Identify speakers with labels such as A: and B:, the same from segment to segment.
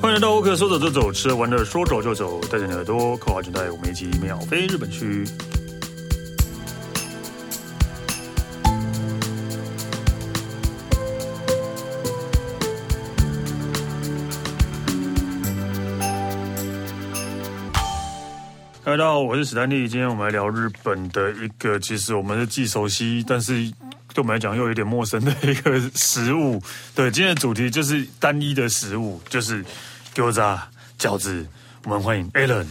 A: 欢迎来到欧克说走就走，吃玩的说走就走，带着你的耳朵扣好紧带，我们一起秒飞日本去。大家好，我是史丹利。今天我们来聊日本的一个，其实我们是既熟悉，但是对我们来讲又有点陌生的一个食物。对，今天的主题就是单一的食物，就是餃子、饺子。我们欢迎 Alan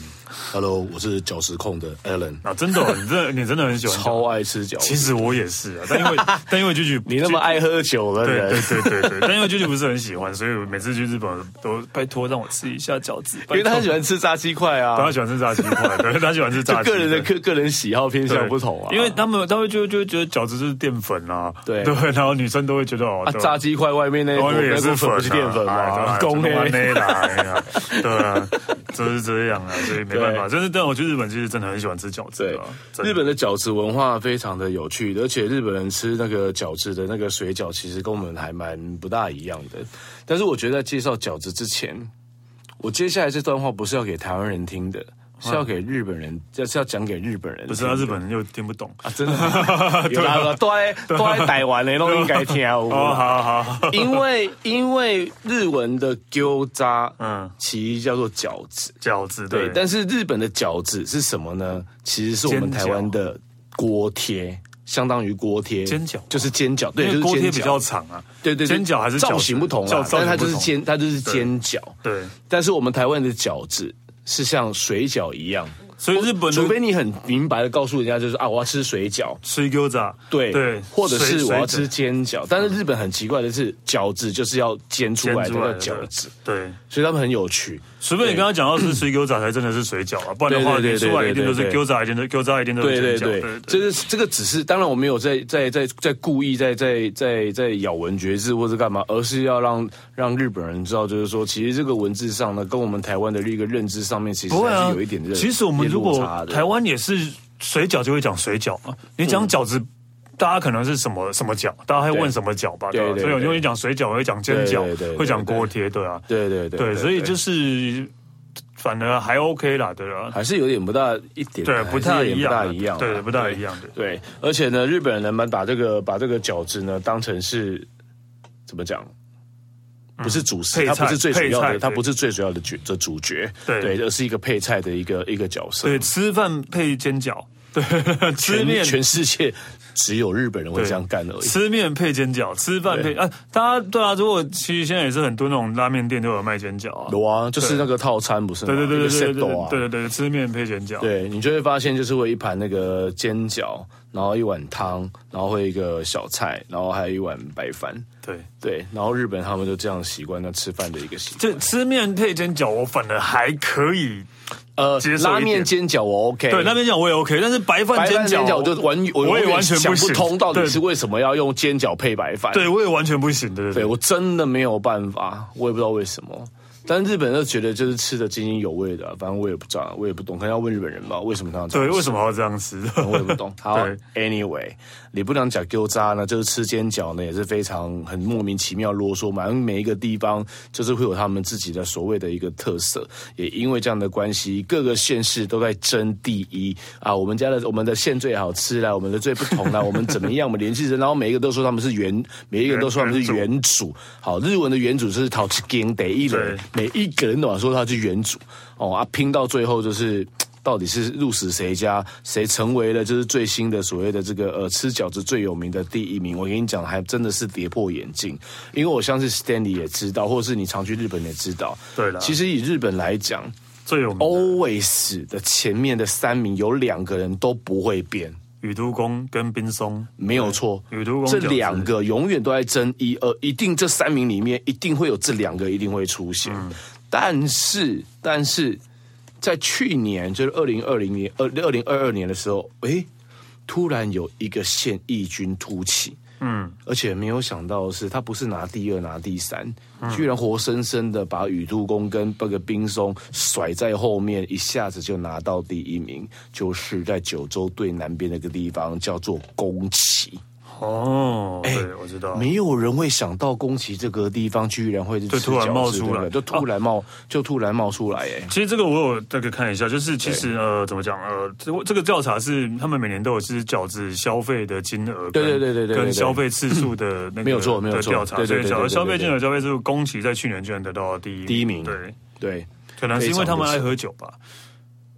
B: Hello，我是饺食控的 Alan，
A: 啊，真的哦、你真的你真的很喜欢饺子。
B: 超爱吃饺
A: 其
B: 子。
A: 实我也是啊， 但因为但因为 Gigi
B: 你那么爱喝酒的
A: 对
B: 人，
A: 对对对 对，但因为 Gigi 不是很喜欢，所以我每次去日本都拜托让我吃一下饺子，
B: 因为他
A: 拜托
B: 很喜欢吃炸鸡块啊
A: 他，喜欢吃炸鸡块， 对，他喜欢吃炸鸡，
B: 个人的
A: 对
B: 个个人喜好偏向
A: 对
B: 不同啊。
A: 因为他们他们就就觉得饺子就是淀粉啊，
B: 对
A: 对，然后女生都会觉得哦，
B: 啊，
A: 对
B: 炸鸡块外面那
A: 外面也
B: 那
A: 是
B: 股
A: 粉啊，
B: 不是淀粉
A: 哎
B: 嘛，
A: 对
B: 公
A: 啊
B: 黑
A: 就。是啦，哎 呀对啊，就是这样啊，所以没办法。但是但我去日本其实真的很喜欢吃饺子
B: 对
A: 啊，，真的
B: 日本的饺子文化非常的有趣，而且日本人吃那个饺子的那个水饺，其实跟我们还蛮不大一样的。但是我觉得在介绍饺子之前，我接下来这段话不是要给台湾人听的，是要给日本人，这是要讲给日本人听的。
A: 嗯不是啊，日本人又听不懂。
B: 啊，真的吗 有啦，有啦都在都在台湾的都应该听有
A: 啊哦，
B: 啦。
A: 好好好，
B: 因为因为日文的鸠渣，
A: 嗯
B: 嗯，其一叫做饺子，
A: 饺子
B: 对，
A: 对，
B: 但是日本的饺子是什么呢？其实是我们
A: 煎饺
B: 台湾的锅贴，相当于锅贴，
A: 煎饺
B: 就是煎饺，对，
A: 因
B: 就
A: 为
B: 是
A: 锅贴
B: 煎
A: 比较
B: 饺，
A: 长啊，
B: 对对，对
A: 煎饺还是饺子
B: 造型不同
A: 造
B: 啦，
A: 造
B: 但
A: 型
B: 是它
A: 不
B: 就是
A: 同
B: 煎，它就是
A: 对
B: 煎饺，
A: 对，
B: 但是我们台湾的饺子是像水饺一样。
A: 所以日本
B: 除
A: 人
B: 非你很明白的告诉人家，就是啊，我要吃水饺，
A: 吃餃子，啊
B: 对
A: 对，
B: 或者
A: 水
B: 是我要
A: 水
B: 吃煎饺，但是
A: 嗯
B: 日本很奇怪的是，饺子就是要煎出
A: 煎
B: 来的
A: 出
B: 那
A: 来
B: 个
A: 的
B: 饺子，，
A: 对。
B: 所以他们很有趣。
A: 除非你刚刚讲到是水餃子才真的是水饺啊，不然的话
B: 对
A: 你
B: 对对
A: 出来一定都是
B: 对对
A: 餃子，一定都餃子一定都
B: 对
A: 是
B: 对
A: 煎饺，
B: 对，这是这个只是，当然我没有在在在在故意在在在在咬文嚼字或者干嘛，而是要让让日本人知道，就是说，其实这个文字上呢，跟我们台湾的一个认知上面，其实
A: 不会
B: 还
A: 啊，
B: 是有一点认。
A: 其实我们
B: 一点
A: 如
B: 落
A: 果
B: 差的嗯
A: 台湾也是水饺就会讲水饺嘛，你讲饺子。大家可能是什么什么饺，大家会问
B: 对
A: 什么饺吧，
B: 对
A: 吧？
B: 对
A: 所以有
B: 对
A: 人会讲水饺，会讲煎
B: 对对对
A: 饺，
B: 对
A: 会讲锅贴，对啊，
B: 对对对
A: 对，所以就是是反而还 OK 啦，对啊，
B: 还是有点不大一点，
A: 对，不太一样
B: 还
A: 啊，
B: 是有点不大一样啊，
A: 对，不大一样的。
B: 对，而且呢，日本人们把这个把这个饺子呢当成是怎么讲？不是主食，
A: 嗯配菜
B: 它不是最主要
A: 配菜
B: 的，它不是最主要的主的主角，
A: 对
B: 而是一个配菜的一个一个角色。
A: 对，吃饭配煎饺，对， 吃面
B: 全全世界只有日本人会
A: 对
B: 这样干而已。
A: 吃面配煎饺，吃饭配
B: 对
A: 啊，大家对啊，如果其实现在也是很多那种拉面店都有卖煎饺啊，
B: 有啊，就是那个套餐不是吗？
A: 对对对对对
B: 一个 set 啊
A: 对，对对，吃面配煎饺，
B: 对你就会发现，就是会一盘那个煎饺，然后一碗汤，然后会一个小菜，然后还有一碗白饭。
A: 对。
B: 对，然后日本他们就这样习惯那吃饭的一个习惯。
A: 这吃面配煎饺，我反而还可以。
B: 呃
A: 接受一点
B: 拉面煎饺我 OK，
A: 对，那边讲我也 OK，但是白饭
B: 白
A: 煎
B: 饭煎饺我就完，
A: 我也
B: 永远
A: 完全
B: 想
A: 不
B: 不
A: 行
B: 通到底
A: 对
B: 是为什么要用煎饺配白饭。
A: 对我也完全不行，对对
B: 对
A: 对。
B: 我真的没有办法，我也不知道为什么。但日本人就觉得就是吃的津津有味的啊、反正我也不知道，我也不懂，可能要问日本人吧，为什么他要这
A: 对，
B: 样
A: 为
B: 吃？
A: 什么要这样吃？
B: 我也不懂。好
A: 对
B: ，anyway，你不能讲丢渣呢，就是吃煎饺呢，也是非常很莫名其妙啰嗦嘛。因为每一个地方就是会有他们自己的所谓的一个特色，也因为这样的关系，各个县市都在争第一啊。我们家的我们的县最好吃啦，我们的最不同啦，我们怎么样，我们联系人，然后每一个都说他们是原，每一个人都说他们是原主。好，日文的原主就是讨吃根得一人，每一个人都想说他是原主哦啊，拼到最后就是。到底是鹿死谁家，谁成为了就是最新的所谓的这个呃吃饺子最有名的第一名？我跟你讲，还真的是跌破眼镜，因为我相信 Stanley 也知道，或者是你常去日本也知道。
A: 对啦
B: 其实以日本来讲
A: 最有名的
B: ，always 的前面的三名有两个人都不会变，
A: 宇都宫跟冰松，
B: 没有错
A: 对宇都宫。
B: 这
A: 饺子
B: 两个永远都在争一二，一定这三名里面一定会有这两个一定会出现。但是，但是在去年，就是二零二零年、二二零二二年的时候，诶，突然有一个县异军突起。嗯，而且没有想到的是，他不是拿第二拿第三，居然活生生的把宇都宫跟那个冰松甩在后面，一下子就拿到第一名，就是在九州最南边那个地方叫做宫崎。
A: 哦，
B: 哎
A: 对，我知道，
B: 没有人会想到宫崎这个地方居然会是
A: 就
B: 吃
A: 突然
B: 饺
A: 冒
B: 子
A: 出
B: 对不
A: 来哦
B: 对就突然冒，就突然冒出来，哎，
A: 其实这个我有大概看一下，就是其实呃，怎么讲呃，这这个调查是他们每年都有是饺子消费的金额跟，
B: 对对对对对对
A: 跟消费次数的 那个
B: 没有错没有错
A: 的调查，
B: 对
A: 所以
B: 对对
A: 饺子
B: 对对
A: 消费
B: 对
A: 金额、消费次数，宫崎在去年居然得到第一
B: 第一名
A: 对，
B: 对，
A: 可能是因为他们爱喝酒吧，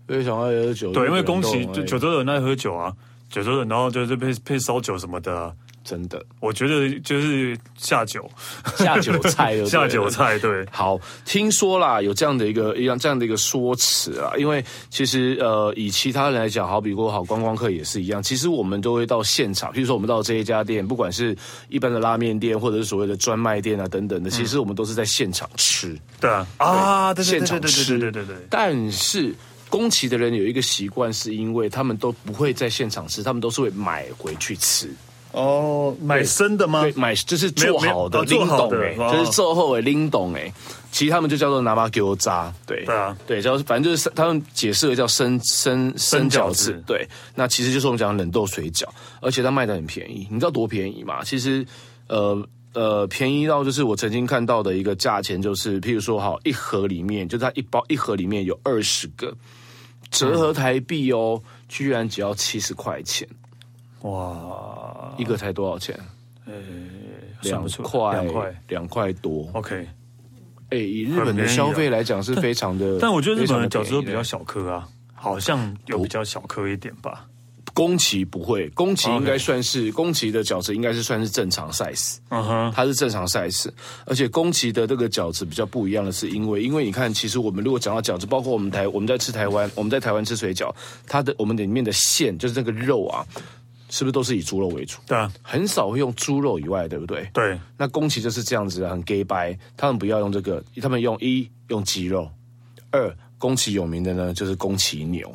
B: 非常爱喝酒，
A: 对，因为
B: 日本
A: 宫
B: 人
A: 崎就
B: 都很爱
A: 九州人爱喝酒啊，九州人然后就是配配烧酒什么的啊、
B: 真的
A: 我觉得就是下酒
B: 下酒 菜就对了，
A: 下酒菜，对，
B: 好，听说啦，有这样的一个一样这样的一个说辞啊，因为其实呃，以其他人来讲，好比说好观光客也是一样，其实我们都会到现场，譬如说我们到这一家店，不管是一般的拉面店，或者是所谓的专卖店啊等等
A: 嗯
B: 的，其实我们都是在现场吃，
A: 对啊，啊，对对
B: 现
A: 对
B: 场
A: 对对
B: 吃
A: 对对对对。
B: 但是。宫崎的人有一个习惯，是因为他们都不会在现场吃，他们都是会买回去吃。
A: 哦，买生的吗
B: 对，买就是
A: 没有
B: 做
A: 没有
B: 好的
A: 哦做
B: 拎
A: 好
B: 懂
A: 的
B: 哎，
A: 哦
B: 就是售后哎拎懂哎，其实他们就叫做拿把给我扎，对
A: 对啊
B: 对，叫反正就是他们解释的叫生生
A: 生
B: 生
A: 饺
B: 饺
A: 子
B: 子，对，那其实就是我们讲的冷冻水饺，而且它卖的很便宜，你知道多便宜吗？其实呃。呃，便宜到就是我曾经看到的一个价钱，就是譬如说，好一盒里面，就是它一包一盒里面有二十个，折合台币哦，居然只要七十块钱，
A: 哇，
B: 一个才多少钱？
A: 算
B: 两
A: 嗯不出
B: 块
A: 两块。
B: 两块多，
A: OK，
B: 哎、以日本的消费来讲是非常的，
A: 啊但我觉得日本的饺子都
B: 非常的便宜
A: 比较小颗啊，好像有比较小颗一点吧。
B: 宫崎不会，宫崎
A: 哦 OK
B: 应该算是宫崎的饺子应该是算是正常 size，
A: 嗯哼，
B: 它是正常 size，而且宫崎的这个饺子比较不一样的是，因为因为你看，其实我们如果讲到饺子，包括我们台我们在吃台湾，我们在台湾吃水饺，它的我们里面的馅就是那个肉啊，是不是都是以猪肉为主？
A: 对啊，
B: 很少会用猪肉以外，对不对？
A: 对，
B: 那宫崎就是这样子的，啊很 gay 白，他们不要用这个，他们用一用鸡肉，二宫崎有名的呢就是宫崎牛，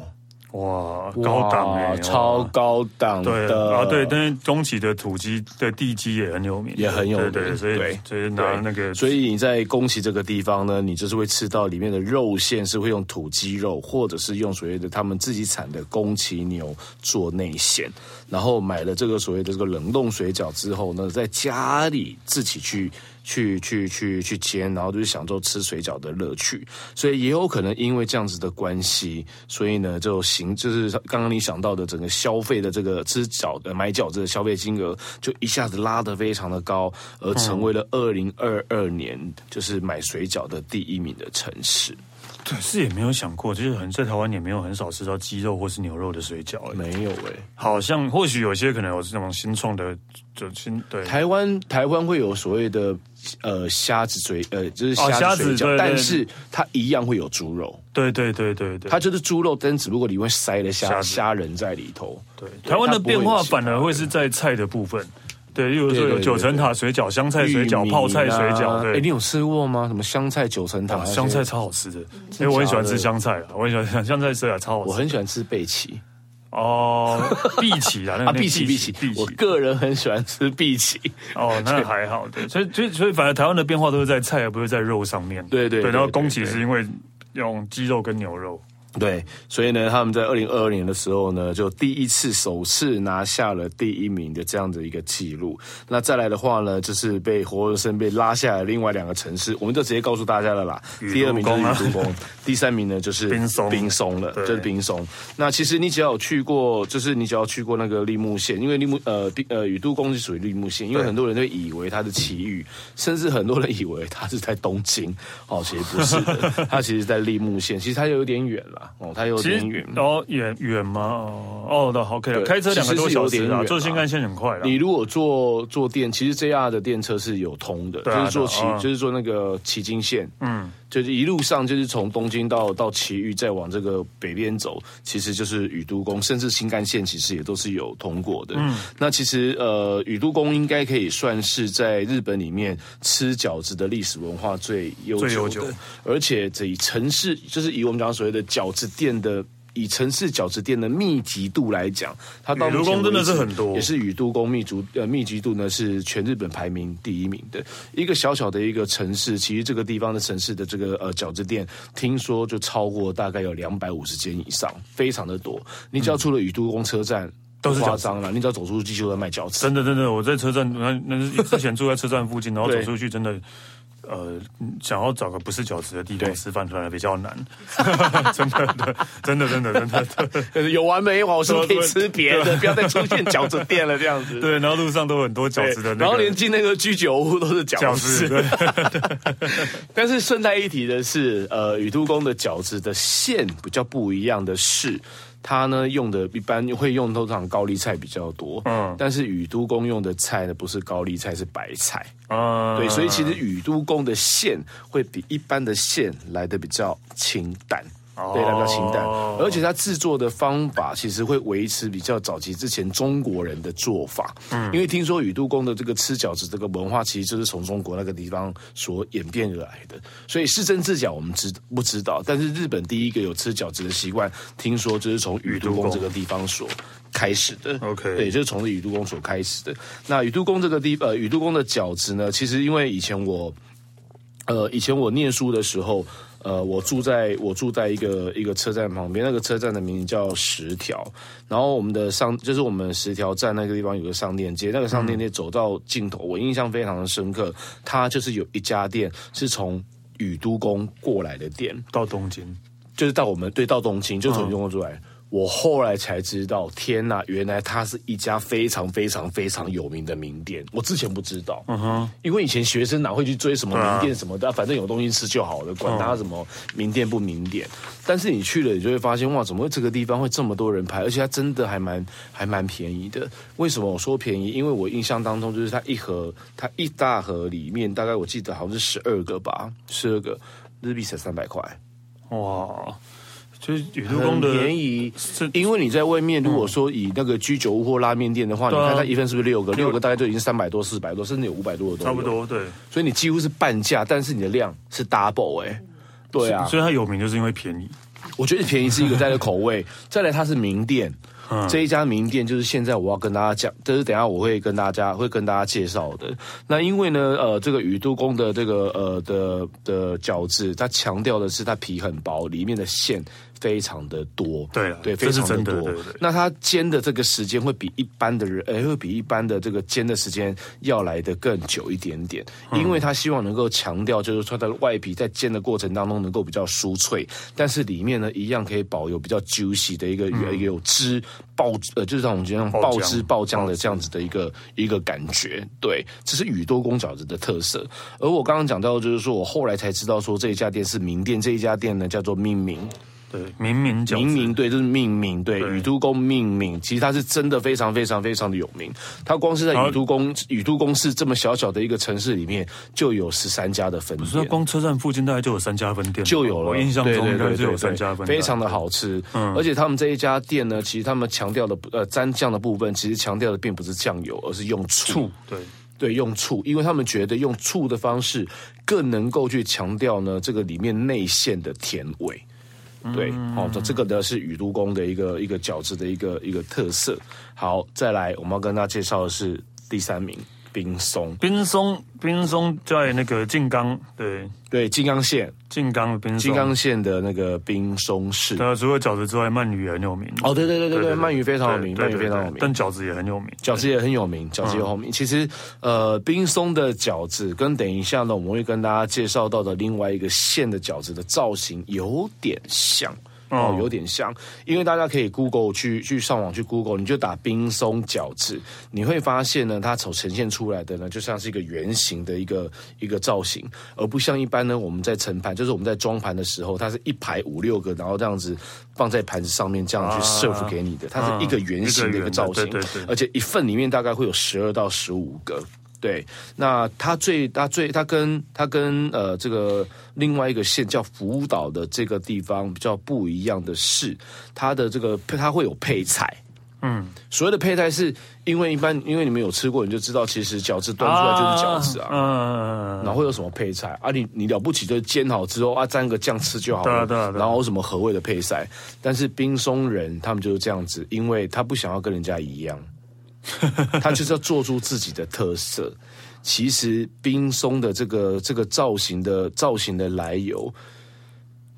A: 哇，高档哎、
B: 哇
A: 哇
B: 超高档
A: 对
B: 的
A: 啊，对，但是宫崎的土鸡的地鸡也很有名，
B: 也很有名
A: 对对，所以
B: 对
A: 所以拿那个，
B: 所以你在宫崎这个地方呢，你就是会吃到里面的肉馅是会用土鸡肉，或者是用所谓的他们自己产的宫崎牛做内馅，然后买了这个所谓的这个冷冻水饺之后呢，在家里自己去。去去去去煎，然后就是享受吃水饺的乐趣，所以也有可能因为这样子的关系，所以呢就行，就是刚刚你想到的整个消费的这个吃饺呃买饺子的消费金额就一下子拉得非常的高，而成为
A: 嗯
B: 了二零二二年就是买水饺的第一名的城市。
A: 可是也没有想过，就是很在台湾也没有很少吃到鸡肉或是牛肉的水饺、哎
B: 没有诶、
A: 好像或许有些可能有这种新创的，就新对
B: 台湾台湾会有所谓的呃虾子水呃就是
A: 哦
B: 虾
A: 虾
B: 子
A: 子对
B: 水饺，
A: 对
B: 但是它一样会有猪肉，
A: 对对对对对，
B: 它就是猪肉，但只不过里面塞了
A: 虾
B: 虾
A: 子
B: 虾仁在里头。
A: 对，台湾的
B: 它不会
A: 变化
B: 有其他
A: 反而会是在菜的部分。对，例如说
B: 对对
A: 有
B: 对
A: 九层塔水饺、香菜水
B: 玉
A: 饺、
B: 米
A: 泡菜水
B: 啊
A: 饺，
B: 诶
A: 对
B: 你，有吃过吗？什么香菜九层塔
A: 哇
B: 那些？
A: 香菜超好吃的，
B: 嗯
A: 因为我很喜欢吃香菜啦，啊我很喜欢香香菜水饺超好
B: 我
A: 吃
B: 很喜欢吃贝奇
A: 哦，荸荠啊，那个
B: 啊，碧奇碧奇
A: 荸，
B: 我
A: 荠
B: 个人很喜欢吃碧 奇。
A: 哦，那还好，对，所以所以所以反正台湾的变化都是在菜，而不是在肉上面，
B: 对对
A: 对，
B: 对
A: 然后
B: 对
A: 宫崎是因为用鸡肉跟牛肉，
B: 对，所以呢，他们在二零二二年的时候呢，就第一次首次拿下了第一名的这样的一个记录。那再来的话呢，就是被活生生被拉下来另外两个城市，我们就直接告诉大家了啦。
A: 雨都
B: 第二名就是
A: 宫啊
B: 雨都宫，第三名呢就是
A: 冰松
B: 冰松了，
A: 对
B: 就是冰松。那其实你只要有去过，就是你只要去过那个立木县，因为立木呃冰呃雨都宫是属于立木县，因为
A: 对
B: 很多人都以为它是奇遇，甚至很多人以为它是在东京，哦，其实不是的，它其实在立木县，其实它有点远啦，哦，它有
A: 其
B: 点
A: 实
B: 远。
A: 哦远远吗？哦哦，那好，可以了，
B: 对
A: 开车两个多小
B: 其
A: 时
B: 实是有点
A: 啦，
B: 远啊
A: 坐新干线很快啦。
B: 你如果坐坐电，其实 JR 的电车是有通的，
A: 对啊
B: 就是坐
A: 对
B: 骑
A: 啊，嗯
B: 就是坐那个旗津线，
A: 嗯，
B: 就是一路上就是从东京到到埼玉，再往这个北边走，其实就是宇都宫，甚至新干线其实也都是有通过的。嗯，那其实呃，宇都宫应该可以算是在日本里面吃饺子的历史文化最悠
A: 最悠
B: 久
A: 久
B: 的，而且这以城市就是以我们讲所谓的饺子店的。以城市饺子店的密集度来讲，它到
A: 宇都
B: 目前
A: 宫真的
B: 为止
A: 是很多
B: 也是是宇都宫密集呃密集度呢是全日本排名第一名的一个小小的一个城市，其实这个地方的城市的这个呃饺子店，听说就超过大概有两百五十间以上，非常的多。你只要出了宇都宫车站。
A: 嗯都是饺子
B: 夸张了。你只要走出去就在卖饺子，
A: 真的真的，我在车站，那那 是之前住在车站附近，然后走
B: 对
A: 出去，真的，呃，想要找个不是饺子的地方
B: 对
A: 吃饭，反而比较难。 真的，对真的，真的，真的，对
B: 有完没完？我是不是 可
A: 对啊
B: 以
A: 对
B: 吃别的，不要再出现饺子店了这样 子。
A: 对。然后路上都有很多
B: 对
A: 饺子的那个，
B: 然后连进那个居酒屋都是饺
A: 饺子，。
B: 子
A: 对
B: 但是顺带一提的是，呃，宇都宫的饺子的馅比较不一样的是，它呢用的一般会用通常高丽菜比较多，
A: 嗯
B: 嗯，但是宇都宫用的菜呢不是高丽菜是白菜，
A: 啊
B: 对，所以其实宇都宫的馅会比一般的馅来的比较清淡。
A: 哦
B: 对，来比较清淡，而且它制作的方法其实会维持比较早期之前中国人的做法，嗯，因为听说宇都宫的这个吃饺子这个文化，其实就是从中国那个地方所演变而来的，所以是真是假我们知不知道？但是日本第一个有吃饺子的习惯，听说就是从宇都宫这个地方所开始的。
A: OK
B: 对，就是从这宇都宫所开始的。那宇都宫这个地，呃，宇都宫的饺子呢，其实因为以前我呃，以前我念书的时候，呃，我住在我住在一个一个车站旁边，那个车站的名字叫十条。然后我们的商就是我们十条站那个地方有个商店街，那个商店街走到尽头，我印象非常的深刻。它就是有一家店是从宇都宫过来的店，
A: 到东京，
B: 就是到我们对到东京，就从中国出来。我后来才知道，天呐，原来它是一家非常非常非常有名的名店，我之前不知道。嗯哼，因为以前学生哪会去追什么名店什么的，反正有东西吃就好了，管它什么名店不名店。但是你去了，你就会发现，哇，怎么会这个地方会这么多人排？而且它真的还蛮还蛮便宜的。为什么我说便宜？因为我印象当中就是它一盒，它一大盒里面大概我记得好像是十二个吧，十二个日币才三百块。
A: 哇，就是宇都宫
B: 很
A: 的
B: 便宜
A: 是，
B: 因为你在外面，如果说以那个居酒屋或拉面店的话，你
A: 对啊
B: 看它一份是不是六个？六个大概就已经三百多、四百多，甚至有五百多的都有
A: 差不。多对。
B: 所以你几乎是半价，但是你的量是 double 哎、对啊，
A: 所以它有名就是因为便宜，
B: 我觉得便宜是一个在的口味， 再来它是名店。
A: 嗯
B: 这一家名店就是现在我要跟大家讲，就是等一下我会跟大家会跟大家介绍的。那因为呢，呃，这个宇都宫的这个呃的的饺子，它强调的是它皮很薄，里面的馅非常的多。
A: 对啦
B: 对，
A: 这
B: 非
A: 是
B: 常
A: 真的
B: 多。
A: 对对
B: 那它煎的这个时间会比一般的人，呃，会比一般的这个煎的时间要来的更久一点点，因为它希望能够强调，就是说它的外皮在煎的过程当中能够比较酥脆，但是里面呢一样可以保有比较 juicy 的一个、一个有汁爆，呃，就是那种就像
A: 爆
B: 爆
A: 浆
B: 汁爆浆的这样子的一个一个感觉。对，这是宇多宫饺子的特色。而我刚刚讲到，就是说我后来才知道说这一家店是名店，这一家店呢叫做命名。
A: 对，明明饺
B: 命
A: 子，
B: 名对，就是命名对，
A: 对
B: 宇都宫命名，其实它是真的非常非常非常的有名。它光是在
A: 好
B: 宇都宫，宇都宫市这么小小的一个城市里面，就有十三家的分
A: 所以
B: 店。
A: 光车站附近大概就有三家分店吧，
B: 就有了，
A: 我印象中
B: 对对
A: 应
B: 对
A: 该
B: 对
A: 是有
B: 对
A: 三家分店，嗯
B: 非常的好吃。而且他们这一家店呢，其实他们强调的呃蘸酱的部分，其实强调的并不是酱油，而是用醋。
A: 醋，对，
B: 对，用醋，因为他们觉得用醋的方式更能够去强调呢这个里面内馅的甜味。对，
A: 嗯
B: 好、这这个呢是宇都宫的一个一个饺子的一个一个特色。好，再来，我们要跟大家介绍的是第三名冰松，
A: 冰松冰松在那个静冈，对，
B: 对，金刚县，
A: 静冈的冰
B: 金
A: 松。
B: 刚县的那个冰松市。
A: 对啊，除了饺子之外，鳗鱼也很有名。
B: 哦，对对对对对，鳗鱼非常有
A: 对
B: 名，
A: 对
B: 鳗鱼
A: 对
B: 非常有
A: 对
B: 名。
A: 但饺子也很有名。
B: 饺子也很有名，饺子也很有名。其实，呃，冰松的饺子跟等一下呢，我们会跟大家介绍到的另外一个馅的饺子的造型有点像。
A: 哦
B: 哦，有点像，因为大家可以 Google 去去上网去 Google，你就打冰松饺子，你会发现呢，它所呈现出来的呢，就像是一个圆形的一个一个造型，而不像一般呢我们在盛盘，就是我们在装盘的时候，它是一排五六个，然后这样子放在盘子上面这样去
A: 啊
B: serve 给你的，它是一个圆形的一个造型
A: 一个圆的对对对，
B: 而且一份里面大概会有十二到十五个。对，那它最它最它跟它跟呃这个另外一个县叫福岛的这个地方比较不一样的是，它的这个它会有配菜。
A: 嗯，
B: 所谓的配菜是因为一般因为你们有吃过，你就知道其实饺子端出来就是饺子啊。
A: 嗯，
B: 然后会有什么配菜啊？你你了不起就煎好之后啊，蘸个酱吃就好了。
A: 对啊对啊对啊
B: 然后有什么合味的配菜？但是冰松人他们就是这样子，因为他不想要跟人家 一样，他就是要做出自己的特色。其实冰松的这个这个造型的造型的来由，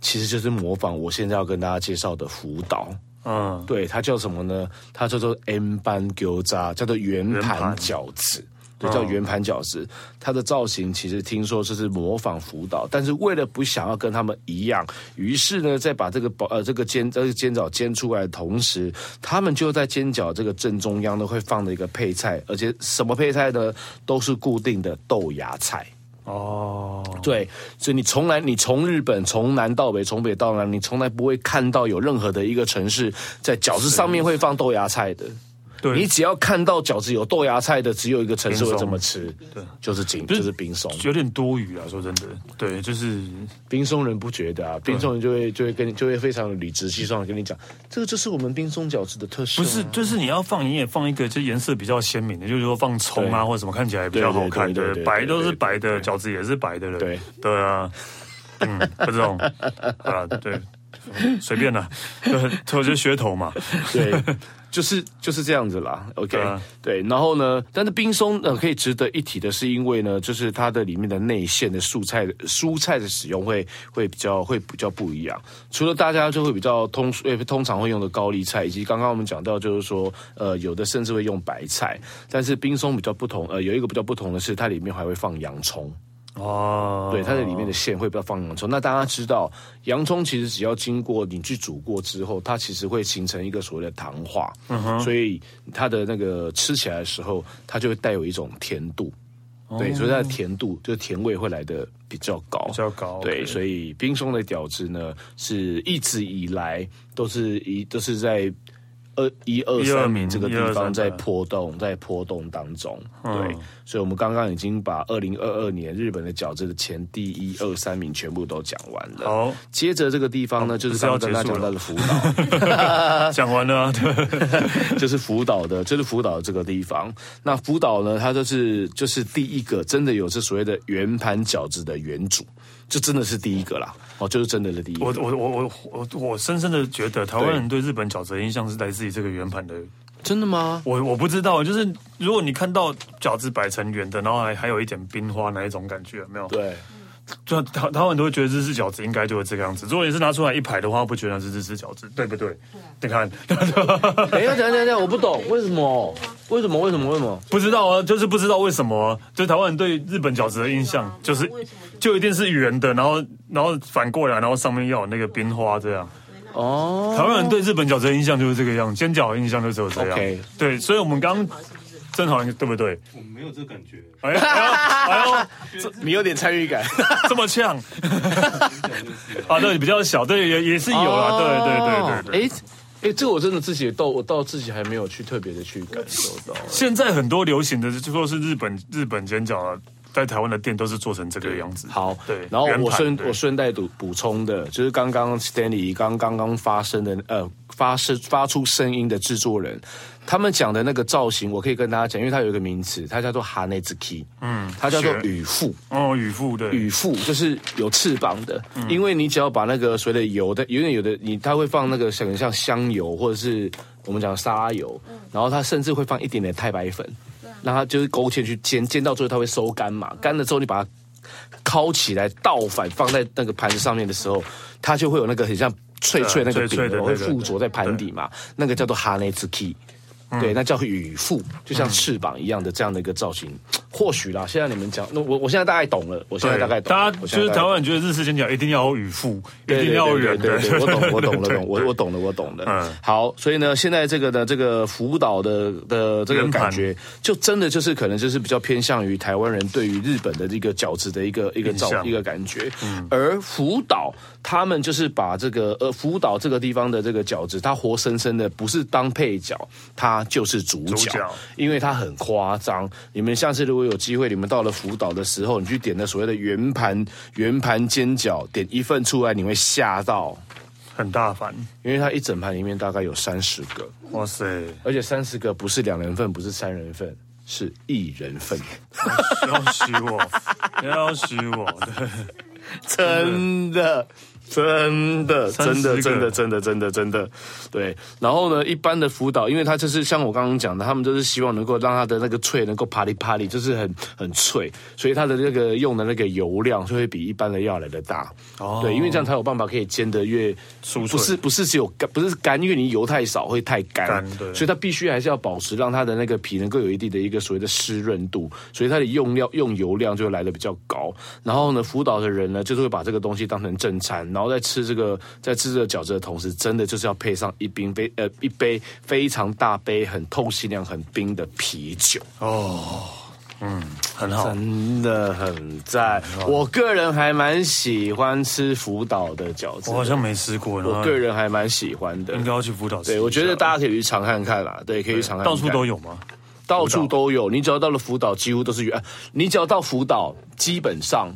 B: 其实就是模仿我现在要跟大家介绍的福岛。
A: 嗯，
B: 对，它叫什么呢？它叫做 M 班牛渣，叫做圆
A: 圆
B: 盘
A: 盘嗯
B: 饺子。对，叫圆盘饺子。它的造型其实听说就是模仿福岛，但是为了不想要跟他们一样，于是呢，在把这个包呃这个煎这个煎饺煎出来的同时，他们就在煎饺这个正中央呢会放的一个配菜，而且什么配菜呢都是固定的豆芽菜。
A: 哦，
B: 对，所以你从来你从日本从南到北，从北到南，你从来不会看到有任何的一个城市在饺子上面会放豆芽菜的。
A: 对
B: 你只要看到饺子有豆芽菜的，只有一个城市会这么吃，
A: 对，
B: 就是冰，
A: 就
B: 就是是冰松。
A: 有点多余啊，说真的，对，就是
B: 冰松人不觉得啊，冰松人就会就会跟你就会非常理直气壮的跟你讲，这个就是我们冰松饺子的特色啊、
A: 不是，就是你要放，你也放一个，就颜色比较鲜明的，就是说放葱啊
B: 对
A: 或者什么，看起来比较好看
B: 对对对
A: 的
B: 对对，
A: 白都
B: 对
A: 是
B: 对
A: 白的，饺子也是白的了，
B: 对
A: 对啊，嗯，不知道 啊，对，随便啦， 对，就是噱头嘛，
B: 对， 就是就是这样子啦。OK，
A: 对啊
B: 对，然后呢，但是冰松呃可以值得一提的是，因为呢，就是它的里面的内馅的蔬菜的蔬菜的使用会会比较会比较不一样。除了大家就会比较通呃通常会用的高丽菜，以及刚刚我们讲到就是说呃有的甚至会用白菜，但是冰松比较不同呃有一个比较不同的是它里面还会放洋葱。
A: 哦，
B: 对，它的里面的馅会比较放洋葱。那大家知道，洋葱其实只要经过你去煮过之后，它其实会形成一个所谓的糖化，所以它的那个吃起来的时候，它就会带有一种甜度。对，所以它的甜度就是甜味会来的比较高，比
A: 比较高
B: 对，
A: OK
B: 所以冰松的饺子呢，是一直以来都是一都是在二一二
A: 一二
B: 三
A: 名
B: 这个
A: 一
B: 地
A: 二
B: 方
A: 三
B: 在
A: 的
B: 波动，在波动当中。对，
A: 嗯
B: 所以我们刚刚已经把二零二二年日本的饺子的前第一二三名全部都讲完了。
A: 好
B: 接着这个地方呢，就是
A: 不是
B: 刚
A: 要
B: 刚跟他
A: 结束
B: 讲
A: 了
B: 到的福岛，
A: 讲完了啊，对，
B: 就是福岛的，就是福岛这个地方。那福岛呢，它就是就是第一个真的有这所谓的圆盘饺子的原主，就真的是第一个啦。哦，就是真的的第一个。
A: 我我我我我我深深的觉得台湾人对日本饺子的印象是来自于这个圆盘的。
B: 真的吗？
A: 我我不知道，就是如果你看到饺子摆成圆的，然后还还有一点冰花那一种感觉，有没有？
B: 对，
A: 就他他们都会觉得日式饺子应该就是这个样子。如果你是拿出来一排的话，不觉得那是日式饺子，对不对？你
C: 啊
A: 看，
B: 哎等一下，等一下，等一下，我不懂为什么？为什么？为什么？为什么？
A: 不知道啊，就是不知道为什么、就台湾人对日本饺子的印象
C: 啊
A: 就是
C: 为什么就
A: 就一定是圆的，然后然后反过来，然后上面要有那个冰花这样。
B: 哦，
A: 台湾人对日本饺子的印象就是这个样，煎饺的印象就是有这样。
B: OK
A: 对，所以我们刚
C: 好是不是？
A: 正好对不对？
D: 我没有这感觉，
A: 哎呦哎呦，
B: 你有点参与 感。
A: 这么呛
D: 就是
A: 啊！对，比较小，对，也也是有啦，对对对对对。
B: 啊对。哎哎，这个我真的自己也到我到自己还没有去特别的去感受到。
A: 现在很多流行的就说是日本日本煎饺啊，在台湾的店都是做成这个样子。
B: 好，
A: 对。
B: 然后
A: 圆
B: 我
A: 盘
B: 顺
A: 对
B: 我顺带补补充的，就是刚刚 Stanley 刚刚刚发生的呃发生发出声音的制作人，他们讲的那个造型，我可以跟大家讲，因为它有一个名词，它叫做 h a n e z k i 嗯，它叫做
A: 学
B: 羽腹。
A: 哦，语腹对，嗯
B: 羽腹就是有翅膀的，因为你只要把那个所谓的油的，有点有的你它会放那个像像香油或者是我们讲沙拉油，
A: 嗯
B: 然后它甚至会放一点点太白粉，
A: 啊
B: 让它就是勾芡去煎，煎到最后它会收干嘛，
A: 嗯
B: 干了之后你把它烤起来，倒反放在那个盘子上面的时候，它就会有那个很像脆脆那个
A: 脆脆
B: 饼
A: 的
B: 油
A: 那
B: 会
A: 个
B: 附着在盘底嘛，那个叫做哈内兹 key。对，
A: 嗯
B: 那叫羽腹，就像翅膀一样的这样的一个造型。或许啦，现在你们讲，那我我现在大概懂了，我现在
A: 对，
B: 大概懂了。
A: 大家
B: 我
A: 就
B: 现在
A: 是
B: 大概
A: 台湾人觉得日式煎饺一定要有语腹，一
B: 对
A: 定要有圆
B: 对
A: 的
B: 对。对对对我懂，我懂，我懂，我
A: 对
B: 我懂了，我懂了。
A: 嗯
B: 好，所以呢，现在这个呢，这个福岛的的这个
A: 圆盘
B: 感觉，就真的就是可能就是比较偏向于台湾人对于日本的这个饺子的一个一个造
A: 印象嗯
B: 一个感觉。而福岛他们就是把这个呃福岛这个地方的这个饺子，它活生生的不是当配角，它就是主角，
A: 主角
B: 因为它很夸张。你们下次如果有机会，你们到了福岛的时候，你去点的所谓的圆盘圆盘煎饺，点一份出来，你会吓到。
A: 很大反，
B: 因为它一整盘里面大概有三十个，
A: 哇塞，
B: 而且三十个不是两人份，不是三人份，是一人份。
A: 不要洗我，不要洗我，对，
B: 真的。真的，
A: 三
B: 真
A: 十
B: 的，
A: 个
B: 真的，真的，真的，真的，对。然后呢，一般的辅导，因为他就是像我刚刚讲的，他们就是希望能够让他的那个脆能够啪里啪里，就是很很脆，所以它的那个用的那个油量就会比一般的药来的大。
A: 哦
B: 对，因为这样才有办法可以煎得越
A: 酥脆
B: 不是不是只有干，不是干，因为你油太少会太干，
A: 干对
B: 所以它必须还是要保持让它的那个皮能够有一定的一个所谓的湿润度，所以它的用料用油量就会来的比较高。然后呢，辅导的人呢就是会把这个东西当成正餐，然后在吃这个在吃这个饺子的同时，真的就是要配上一冰杯呃一杯非常大杯很透心凉很冰的啤酒。
A: 哦嗯很好。
B: 真的很赞，我个人还蛮喜欢吃福岛的饺子
A: 我。好像没吃过，然
B: 我
A: 后
B: 个人还蛮喜欢的
A: 应。该要去辅导吃一下。
B: 对，我觉得大家可以去尝看看啦，对，可以去尝看看。
A: 到处都有吗？
B: 到处都有，你只要到了福岛，几乎都是原，你只要到福岛，基本上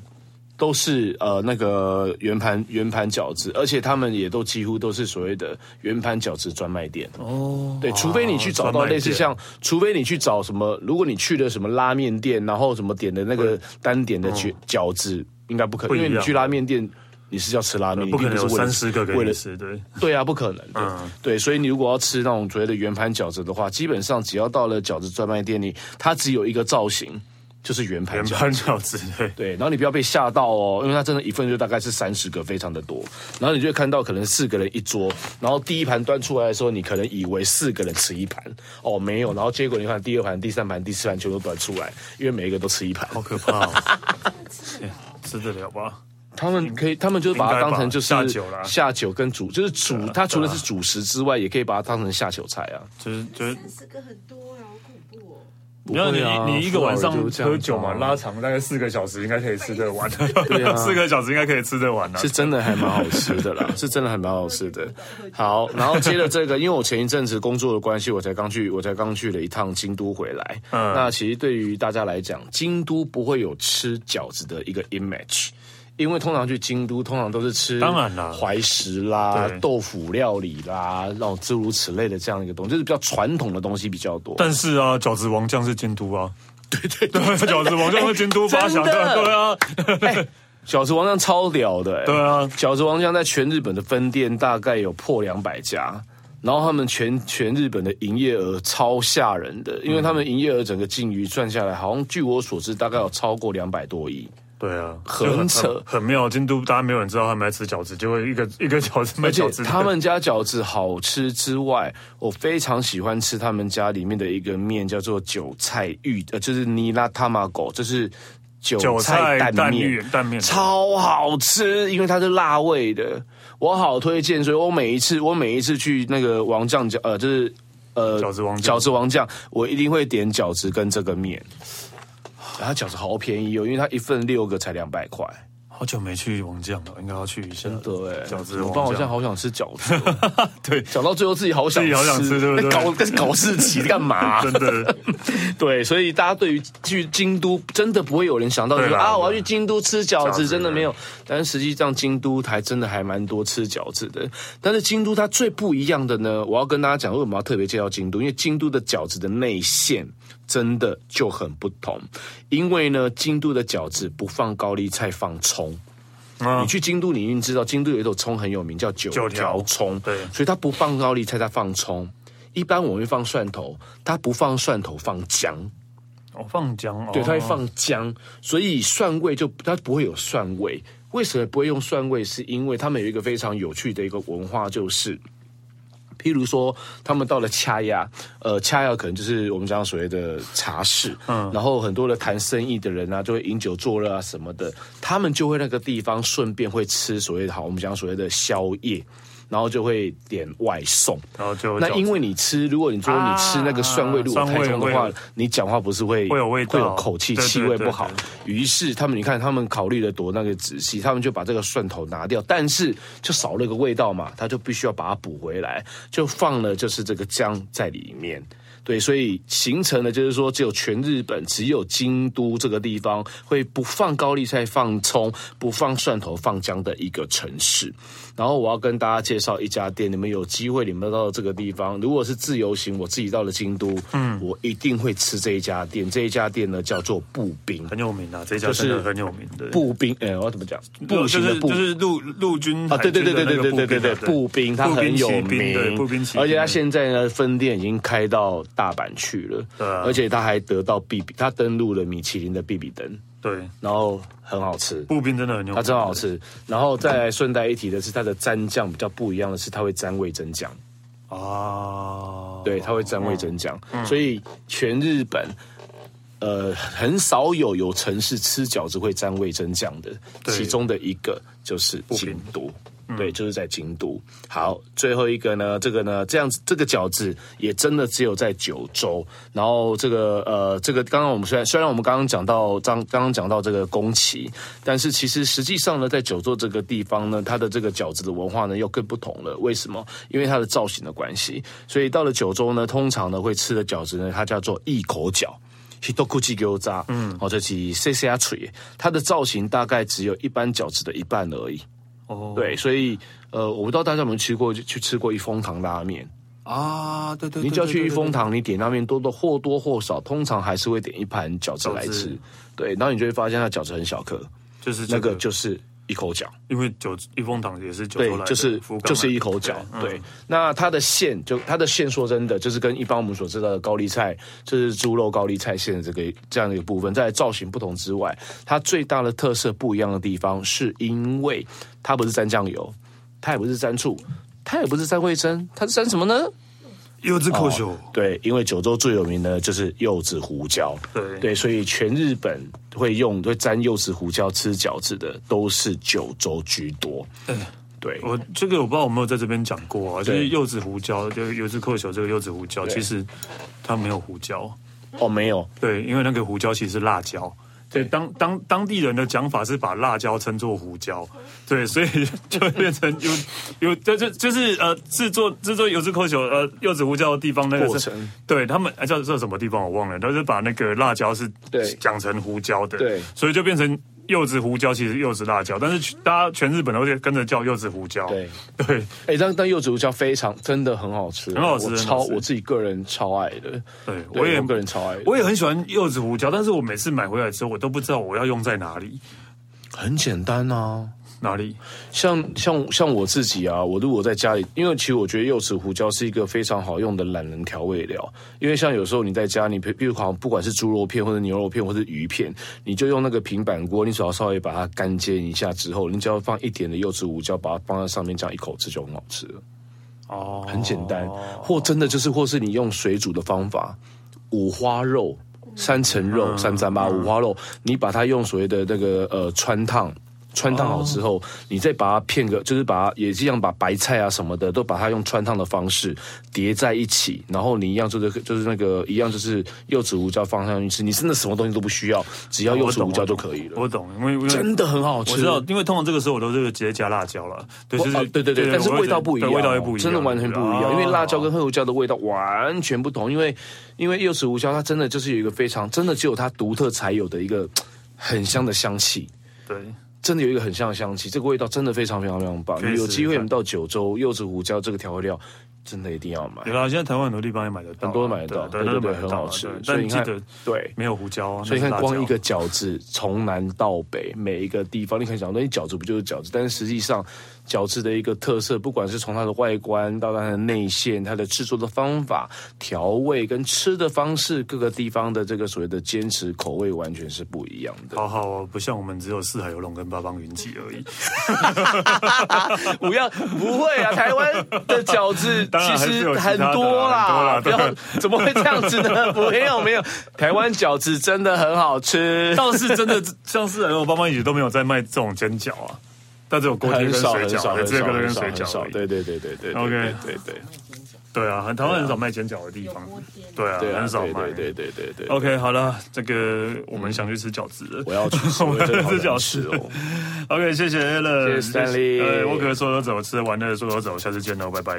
B: 都是呃那个圆盘圆盘饺子，而且他们也都几乎都是所谓的圆盘饺子专卖店。
A: 哦，
B: 对，除非你去找到类似像，除非你去找什么，如果你去了什么拉面店，然后什么点的那个单点的饺饺子，应该不可
A: 哦不一
B: 能，因
A: 样
B: 为你去拉面店。你是要吃拉面，
A: 不可
B: 一
A: 能有
B: 定不是为了
A: 三十个给
B: 为
A: 你
B: 了
A: 吃，对，
B: 对啊，不可能的。
A: 嗯
B: 对，所以你如果要吃那种所谓的圆盘饺子的话，基本上只要到了饺子专卖店里，它只有一个造型，就是圆盘
A: 圆
B: 饺。
A: 盘饺子，对，
B: 对，然后你不要被吓到哦，因为它真的一份就大概是三十个，非常的多。然后你就会看到可能四个人一桌，然后第一盘端出来的时候，你可能以为四个人吃一盘，哦没有，然后结果你看第二盘、第三盘、第四盘全都端出来，因为每一个都吃一盘。
A: 好可怕哦！天吃得了吧？
B: 他们可以，他们就是把它当成就是
A: 应该吧下酒啦啊
B: 下酒跟主就是主，它除了是主食之外，也可以把它当成下酒菜啊。
A: 就是就是，
C: 三十个很多哎，好恐怖哦！
A: 你要你
B: 不会啊
A: 你一个晚上喝酒嘛，
B: 不会啊
A: 拉长大概四个小时应该可以吃得完，
B: 对啊
A: 四个小时应该可以吃得完啊的
B: 是。真的还蛮好吃 的啦，是真的还蛮好吃的。好，然后接着这个，因为我前一阵子工作的关系，我才刚去，我才刚去了一趟京都回来。
A: 嗯
B: 那其实对于大家来讲，京都不会有吃饺子的一个 image。因为通常去京都，通常都是吃
A: 当然啦
B: 怀石啦
A: 对、
B: 豆腐料理啦，那种诸如此类的这样一个东西，就是比较传统的东西比较多。
A: 但是啊，饺子王酱是监督啊，对对对，饺子王酱是监督发想
B: 真的哎
A: 的，对啊，
B: 饺子王酱超屌的、欸，
A: 对啊
B: 饺子王酱在全日本的分店大概有破两百家，然后他们全全日本的营业额超吓人的，因为他们营业额整个净余算下来，好像据我所知大概有超过两百多亿，
A: 对啊，
B: 很
A: 就
B: 扯
A: 很妙。监督大家没有人知道他们在吃饺子，结果一个一 个饺子卖
B: 而且
A: 饺子的，
B: 他们家饺子好吃之外，我非常喜欢吃他们家里面的一个面叫做韭菜玉，呃，就是尼拉塔玛狗，就是韭
A: 韭
B: 菜
A: 菜
B: 蛋
A: 蛋
B: 面
A: 面。蛋 面
B: 超好吃，因为它是辣味的，我好推荐。所以我每一次我每一次去那个王酱饺，呃，就是呃
A: 饺子王酱
B: 饺子王酱，我一定会点饺子跟这个面。然后饺子好便宜哦，因为它一份六个才两百块，
A: 好久没去王酱了，应该要去一下。
B: 对
A: 饺子
B: 我
A: 王
B: 爸好像
A: 酱
B: 好想吃饺子哦、
A: 对，
B: 讲到最后自己好 想
A: 自己好想吃对不对
B: 搞搞事情干 嘛、
A: 真的
B: 对，所以大家对于去京都真的不会有人想到就
A: 对
B: 说
A: 啦
B: 啊，我要去京都吃饺
A: 饺
B: 子，
A: 子
B: 真的没有。但是实际上京都还真的还蛮多吃饺子的。但是京都它最不一样的呢，我要跟大家讲为什么要特别介绍京都，因为京都的饺子的内馅真的就很不同。因为呢，京都的饺子不放高丽菜，放葱。
A: 啊
B: 你，去京都，你一定知道京都有一种葱很有名，叫九
A: 九条
B: 条葱。
A: 对
B: 所以它不放高丽菜，它放葱。一般我们会放蒜头，它不放蒜头，放姜。
A: 哦放姜哦，
B: 对，它会放姜，所以蒜味就它不会有蒜味。为什么不会用蒜味？是因为他们有一个非常有趣的一个文化，就是。譬如说，他们到了掐亚，呃，掐亚可能就是我们讲所谓的茶室，嗯，然后很多的谈生意的人啊，就会饮酒作乐啊什么的，他们就会那个地方顺便会吃所谓的好，我们讲所谓的宵夜，然后就会点外送，
A: 然后就
B: 那因
A: 为
B: 为你吃，如果你说你吃那个蒜味如果太
A: 啊
B: 重的
A: 蒜
B: 话
A: 味会，
B: 你讲话不是会
A: 会有味道
B: 会有口气，
A: 对对
B: 气味
A: 对
B: 不好
A: 对。
B: 于是他们，你看他们考虑的多那个仔细，他们就把这个蒜头拿掉，但是就少了一个味道嘛，他就必须要把它补回来，就放了就是这个姜在里面。对，所以形成的就是说，只有全日本，只有京都这个地方会不放高丽菜、放葱、不放蒜头、放姜的一个城市。然后我要跟大家介绍一家店，你们有机会你们到这个地方，如果是自由行，我自己到了京都，嗯，我一定会吃这一家店。这一家店呢叫做步兵，
A: 很有名啊，这一家
B: 就是
A: 真的很有名的。
B: 步兵，哎、我要怎么讲？步
A: 就
B: 行的
A: 是
B: 步。
A: 就是陆陆军
B: 啊，
A: 海
B: 对对
A: 军
B: 对
A: 的
B: 对对
A: 那个
B: 对对对
A: 啊
B: 对，步兵他很有
A: 骑兵对
B: 名，
A: 步兵骑兵，
B: 而且他现在呢分店已经开到大阪去了，
A: 对啊
B: 而且他还得到必比，他登录了米其林的必比登，
A: 对
B: 然后很好吃。
A: 步兵真的很有名，
B: 它真好吃，然后再来顺带一提的是，它的蘸酱比较不一样的是，它会蘸味增酱。
A: 啊，
B: 对，它会占位增奖，
A: 嗯
B: 所以全日本。呃，很少有有城市吃饺子会占味增酱的，
A: 对
B: 其中的一个就是京都，对，就是在京都。好，最后一个呢，这个呢，这样子，这个饺子也真的只有在九州。然后这个呃，这个刚刚我们虽然虽然我们刚刚讲到刚刚刚讲到这个宫崎，但是其实实际上呢，在九州这个地方呢，它的这个饺子的文化呢又更不同了。为什么？因为它的造型的关系，所以到了九州呢，通常呢会吃的饺子呢，它叫做一口饺。去都库奇给我炸，嗯，哦，这是 C C R 锤，它的造型大概只有一般饺子的一半而已。
A: 哦
B: 对，所以呃，我不知道大家有没有吃过，去去吃过一风堂拉面。
A: 啊，对对，
B: 你只要去
A: 一
B: 一风堂，你点拉面多多或多或少，通常还是会点一盘饺子来
A: 饺子
B: 吃。对，然后你就会发现它饺子很小颗，
A: 就是这
B: 那个就是一口饺。
A: 因为九一风堂也是九
B: 对
A: 州来，的
B: 就是
A: 福冈
B: 就是
A: 来
B: 一
A: 的
B: 口饺。对，嗯那它的馅就它的馅，说真的，就是跟一般我们所知道的高丽菜，就是猪肉高丽菜馅的这个这样的一个部分，在造型不同之外，它最大的特色不一样的地方，是因为它不是沾酱油，它也不是沾醋。它也不是沾味噌，它是沾什么呢？
A: 柚子扣球，
B: 对，因为九州最有名的就是柚子胡椒。
A: 对
B: 对，所以全日本会用会沾柚子胡椒吃饺子的，都是九州居多。对，
A: 我这个我不知道有没有在这边讲过啊，就
B: 对
A: 是柚子胡椒，就是柚子扣球这个柚子胡椒，其实它没有胡椒，
B: 哦，没有，
A: 对，因为那个胡椒其实是辣椒。对，当当当地人的讲法是把辣椒称作胡椒，对，所以 就会变成有有就就就是呃制作制作柚子扣球呃柚子胡椒的地方那个
B: 过
A: 是
B: 程，
A: 对他们呃叫叫什么地方我忘了，他是把那个辣椒是
B: 对
A: 讲成胡椒的，
B: 对
A: 所以就变成柚子胡椒其实柚子辣椒，但是全大家全日本都会跟着叫柚子胡椒，
B: 对。
A: 对，
B: 哎、但但柚子胡椒非常真的很好吃，啊
A: 很好吃
B: 我
A: 很好
B: 超
A: 吃
B: 我自己个人超爱的，
A: 对，
B: 对
A: 我也
B: 我个人超爱的
A: 我也很喜欢柚子胡椒，但是我每次买回来之后，我都不知道我要用在哪里
B: 很简单啊。
A: 哪里。
B: 像像像我自己啊，我如果在家里，因为其实我觉得柚子胡椒是一个非常好用的懒人调味料，因为像有时候你在家，你譬譬如好像不管是猪肉片或者牛肉片或者鱼片，你就用那个平板锅，你只要稍微把它干煎一下之后，你只要放一点的柚子胡椒，把它放在上面，这样一口吃就很好吃了。
A: 哦，
B: 很简单，或真的就是，或是你用水煮的方法，五花肉、三层
A: 嗯
B: 肉、三三八五花肉，你把它用所谓的那个呃穿烫。穿烫好之后，
A: 哦
B: 你再把它片个，就是把它也一样把白菜啊什么的都把它用穿烫的方式叠在一起，然后你一样就是就是那个一样就是柚子胡椒放上去吃，你真的什么东西都不需要，只要柚子胡椒就可以了，
A: 哦我懂，因为因为
B: 真的很好吃。
A: 我知道，因为通常这个时候我都是直接加辣椒了，对，
B: 我
A: 就是、
B: 哦对对对，但是
A: 我会
B: 味道不一样，
A: 对味道会不一样，
B: 真的完全不一样，
A: 哦
B: 因为辣椒跟黑胡椒的味道完全不同，因为因为柚子胡椒它真的就是有一个非常真的只有它独特才有的一个很香的香气。
A: 对
B: 真的有一个很香的香气，这个味道真的非常非常非常棒。
A: 确实
B: 有机会我们到九州，柚子胡椒这个调味料真的一定要买
A: 有，啦，现在台湾很多地方也买得到啊，
B: 很多都买得到，
A: 对，
B: 对
A: 都
B: 对，
A: 买得
B: 很
A: 到啊
B: 好吃
A: 对。
B: 所以
A: 但
B: 你
A: 记
B: 看
A: 得，
B: 对，
A: 没有胡椒啊，
B: 所以你
A: 那
B: 看，
A: 是辣椒
B: 光一个饺子从南到北，每一个地方，你可能想说，你饺子不就是饺子？但是实际上，饺子的一个特色，不管是从它的外观到它的内馅、它的制作的方法、调味跟吃的方式，各个地方的这个所谓的坚持口味，完全是不一样 的。
A: 好好哦，不像我们只有四海游龙跟八方云集而 已。
B: 不要，不会啊！台湾的饺子
A: 当然还
B: 其
A: 是有
B: 实
A: 其他的啦
B: 多啦，
A: 很
B: 不
A: 多啦
B: 要怎么会这样子呢？没有没有，台湾饺子真的很好吃。
A: 倒是真的，像四海游龙、八方云集都没有在卖这种煎饺啊，但只有锅贴
B: 很
A: 跟
B: 少
A: 水
B: 很少
A: 饺，
B: 很
A: 只有
B: 少
A: 锅贴
B: 很
A: 跟
B: 少
A: 水
B: 很
A: 饺
B: 少，
A: 而已。
B: 对对对对对
A: OK
B: 对对对。
A: 对啊，很台湾很少卖煎饺的地方
C: 有锅贴，
A: 对啊，
B: 对啊
A: 很少卖。
B: 对对对对对对。
A: OK，好了，这个我们想去吃饺子了。
B: 我要去吃，我 真的好想吃哦。
A: OK，谢谢呃 a l a n
B: 谢谢 Stanley
A: 我可说走就走，吃完了说走就走，下次见喽，拜拜。